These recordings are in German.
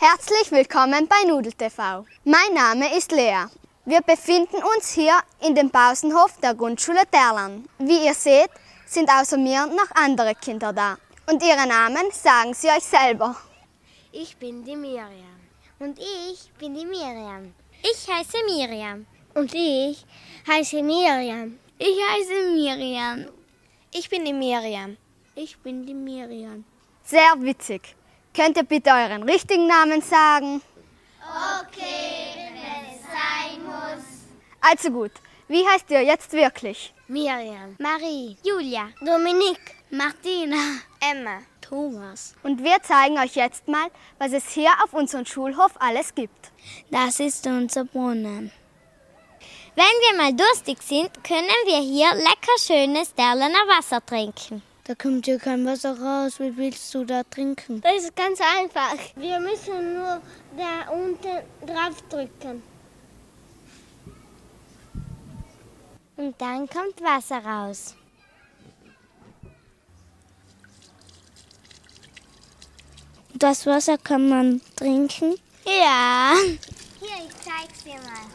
Herzlich willkommen bei Nudel TV. Mein Name ist Lea. Wir befinden uns hier in dem Pausenhof der Grundschule Terlan. Wie ihr seht, sind außer mir noch andere Kinder da. Und ihre Namen sagen sie euch selber. Ich bin die Miriam. Und ich bin die Miriam. Ich heiße Miriam. Und ich heiße Miriam. Ich heiße Miriam. Ich bin die Miriam. Ich bin die Miriam. Sehr witzig. Könnt ihr bitte euren richtigen Namen sagen? Okay, wenn es sein muss. Also gut, wie heißt ihr jetzt wirklich? Miriam, Marie, Julia, Dominique, Martina, Emma, Thomas. Und wir zeigen euch jetzt mal, was es hier auf unserem Schulhof alles gibt. Das ist unser Brunnen. Wenn wir mal durstig sind, können wir hier lecker schönes Derlener Wasser trinken. Da kommt ja kein Wasser raus. Wie willst du da trinken? Das ist ganz einfach. Wir müssen nur da unten drauf drücken. Und dann kommt Wasser raus. Das Wasser kann man trinken? Ja. Hier, ich zeig's dir mal.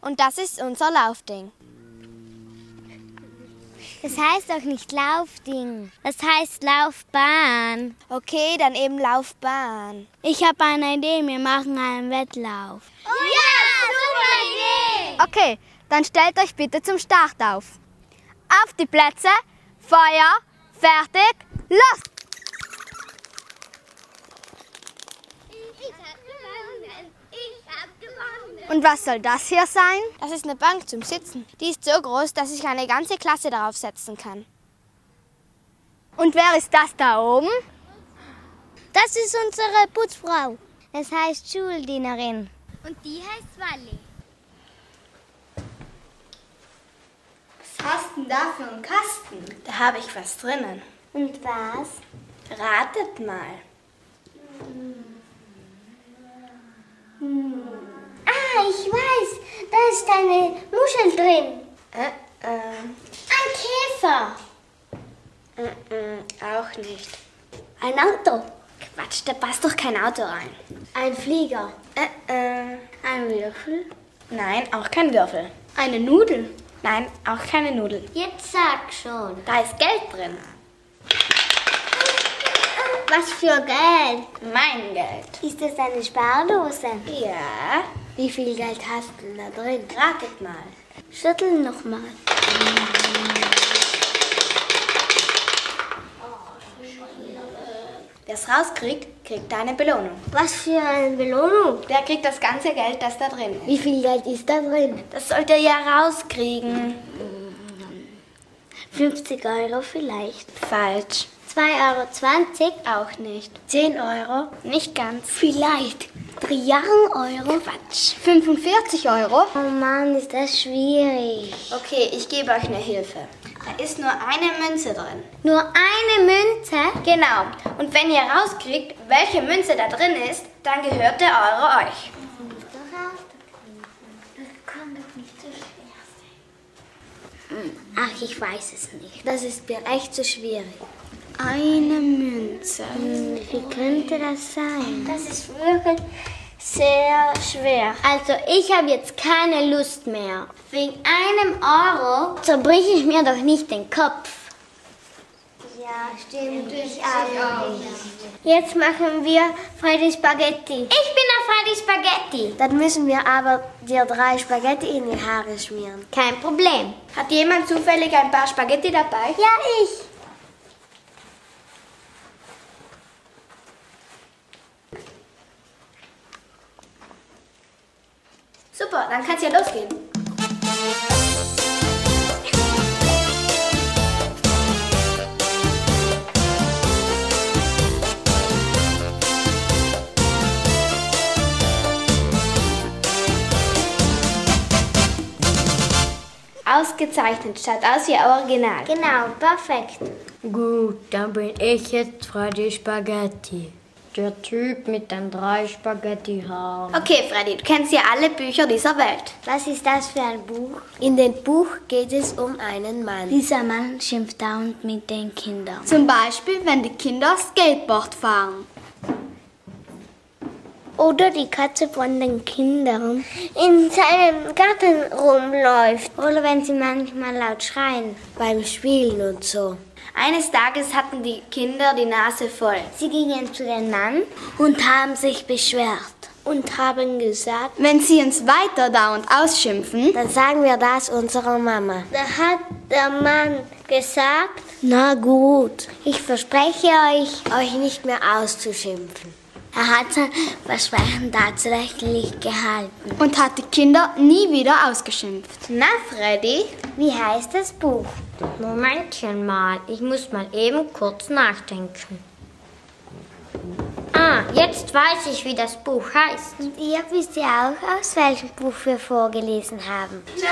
Und das ist unser Laufding. Das heißt doch nicht Laufding. Das heißt Laufbahn. Okay, dann eben Laufbahn. Ich habe eine Idee. Wir machen einen Wettlauf. Oh ja, super Idee! Okay, dann stellt euch bitte zum Start auf. Auf die Plätze, Feuer, fertig, los! Ich hab gewonnen. Ich hab gewonnen. Und was soll das hier sein? Das ist eine Bank zum Sitzen. Die ist so groß, dass sich eine ganze Klasse darauf setzen kann. Und wer ist das da oben? Das ist unsere Putzfrau. Das heißt Schuldienerin. Und die heißt Wally. Was hast denn da für einen Kasten? Da habe ich was drinnen. Und was? Ratet mal. Hm. Ah, ich weiß. Da ist eine Muschel drin. Äh, äh. Ein Käfer. Äh, äh, auch nicht. Ein Auto. Quatsch, da passt doch kein Auto rein. Ein Flieger. Äh, äh. Ein Würfel. Nein, auch kein Würfel. Eine Nudel. Nein, auch keine Nudel. Jetzt sag schon. Da ist Geld drin. Was für Geld? Mein Geld. Ist das eine Spardose? Ja. Wie viel Geld hast du da drin? Ratet mal. Schütteln nochmal. Wer es rauskriegt, kriegt eine Belohnung. Was für eine Belohnung? Der kriegt das ganze Geld, das da drin ist. Wie viel Geld ist da drin? Das sollt ihr ja rauskriegen. 50 Euro vielleicht. Falsch. 2,20 Euro? Auch nicht. 10 Euro? Nicht ganz. Vielleicht. Milliarden Euro? Quatsch. 45 Euro? Oh Mann, ist das schwierig. Okay, ich gebe euch eine Hilfe. Da ist nur eine Münze drin. Nur eine Münze? Genau. Und wenn ihr rauskriegt, welche Münze da drin ist, dann gehört der Euro euch. Ach, ich weiß es nicht. Das ist mir echt zu schwierig. Eine Münze. Hm, wie könnte das sein? Das ist wirklich sehr schwer. Also ich habe jetzt keine Lust mehr. Wegen einem Euro zerbreche ich mir doch nicht den Kopf. Ja, stimmt. Ich auch nicht. Jetzt machen wir Freddy Spaghetti. Ich bin auf Freddy Spaghetti. Dann müssen wir aber dir drei Spaghetti in die Haare schmieren. Kein Problem. Hat jemand zufällig ein paar Spaghetti dabei? Ja, ich. Super, dann kann's ja losgehen. Ausgezeichnet, schaut aus wie original. Genau, perfekt. Gut, dann bin ich jetzt Freddy Spaghetti. Der Typ mit den drei Spaghettihaaren. Okay, Freddy, du kennst ja alle Bücher dieser Welt. Was ist das für ein Buch? In dem Buch geht es um einen Mann. Dieser Mann schimpft dauernd mit den Kindern. Zum Beispiel, wenn die Kinder Skateboard fahren. Oder die Katze von den Kindern in seinem Garten rumläuft. Oder wenn sie manchmal laut schreien. Beim Spielen und so. Eines Tages hatten die Kinder die Nase voll. Sie gingen zu dem Mann und haben sich beschwert. Und haben gesagt, wenn sie uns weiter dauernd ausschimpfen, dann sagen wir das unserer Mama. Da hat der Mann gesagt, na gut, ich verspreche euch, euch nicht mehr auszuschimpfen. Er hat sein Versprechen tatsächlich gehalten. Und hat die Kinder nie wieder ausgeschimpft. Na, Freddy, wie heißt das Buch? Momentchen mal, ich muss mal eben kurz nachdenken. Ah, jetzt weiß ich, wie das Buch heißt. Und ihr wisst ja auch, aus welchem Buch wir vorgelesen haben. Tschüss.